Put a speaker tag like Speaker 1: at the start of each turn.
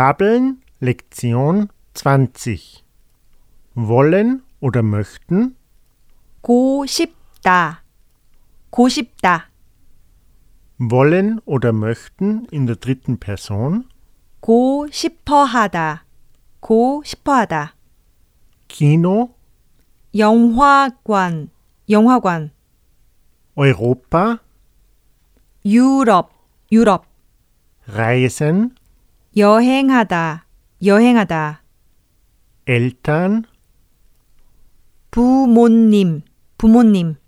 Speaker 1: Vokabeln Lektion 20 Wollen oder möchten
Speaker 2: 고싶다. 고싶다.
Speaker 1: Wollen oder möchten in der dritten Person
Speaker 2: 고싶어하다. 고싶어하다.
Speaker 1: Kino
Speaker 2: 영화관. 영화관.
Speaker 1: Europa
Speaker 2: 유럽. 유럽.
Speaker 1: Reisen
Speaker 2: 여행하다. 여행하다.
Speaker 1: Eltern
Speaker 2: 부모님. 부모님.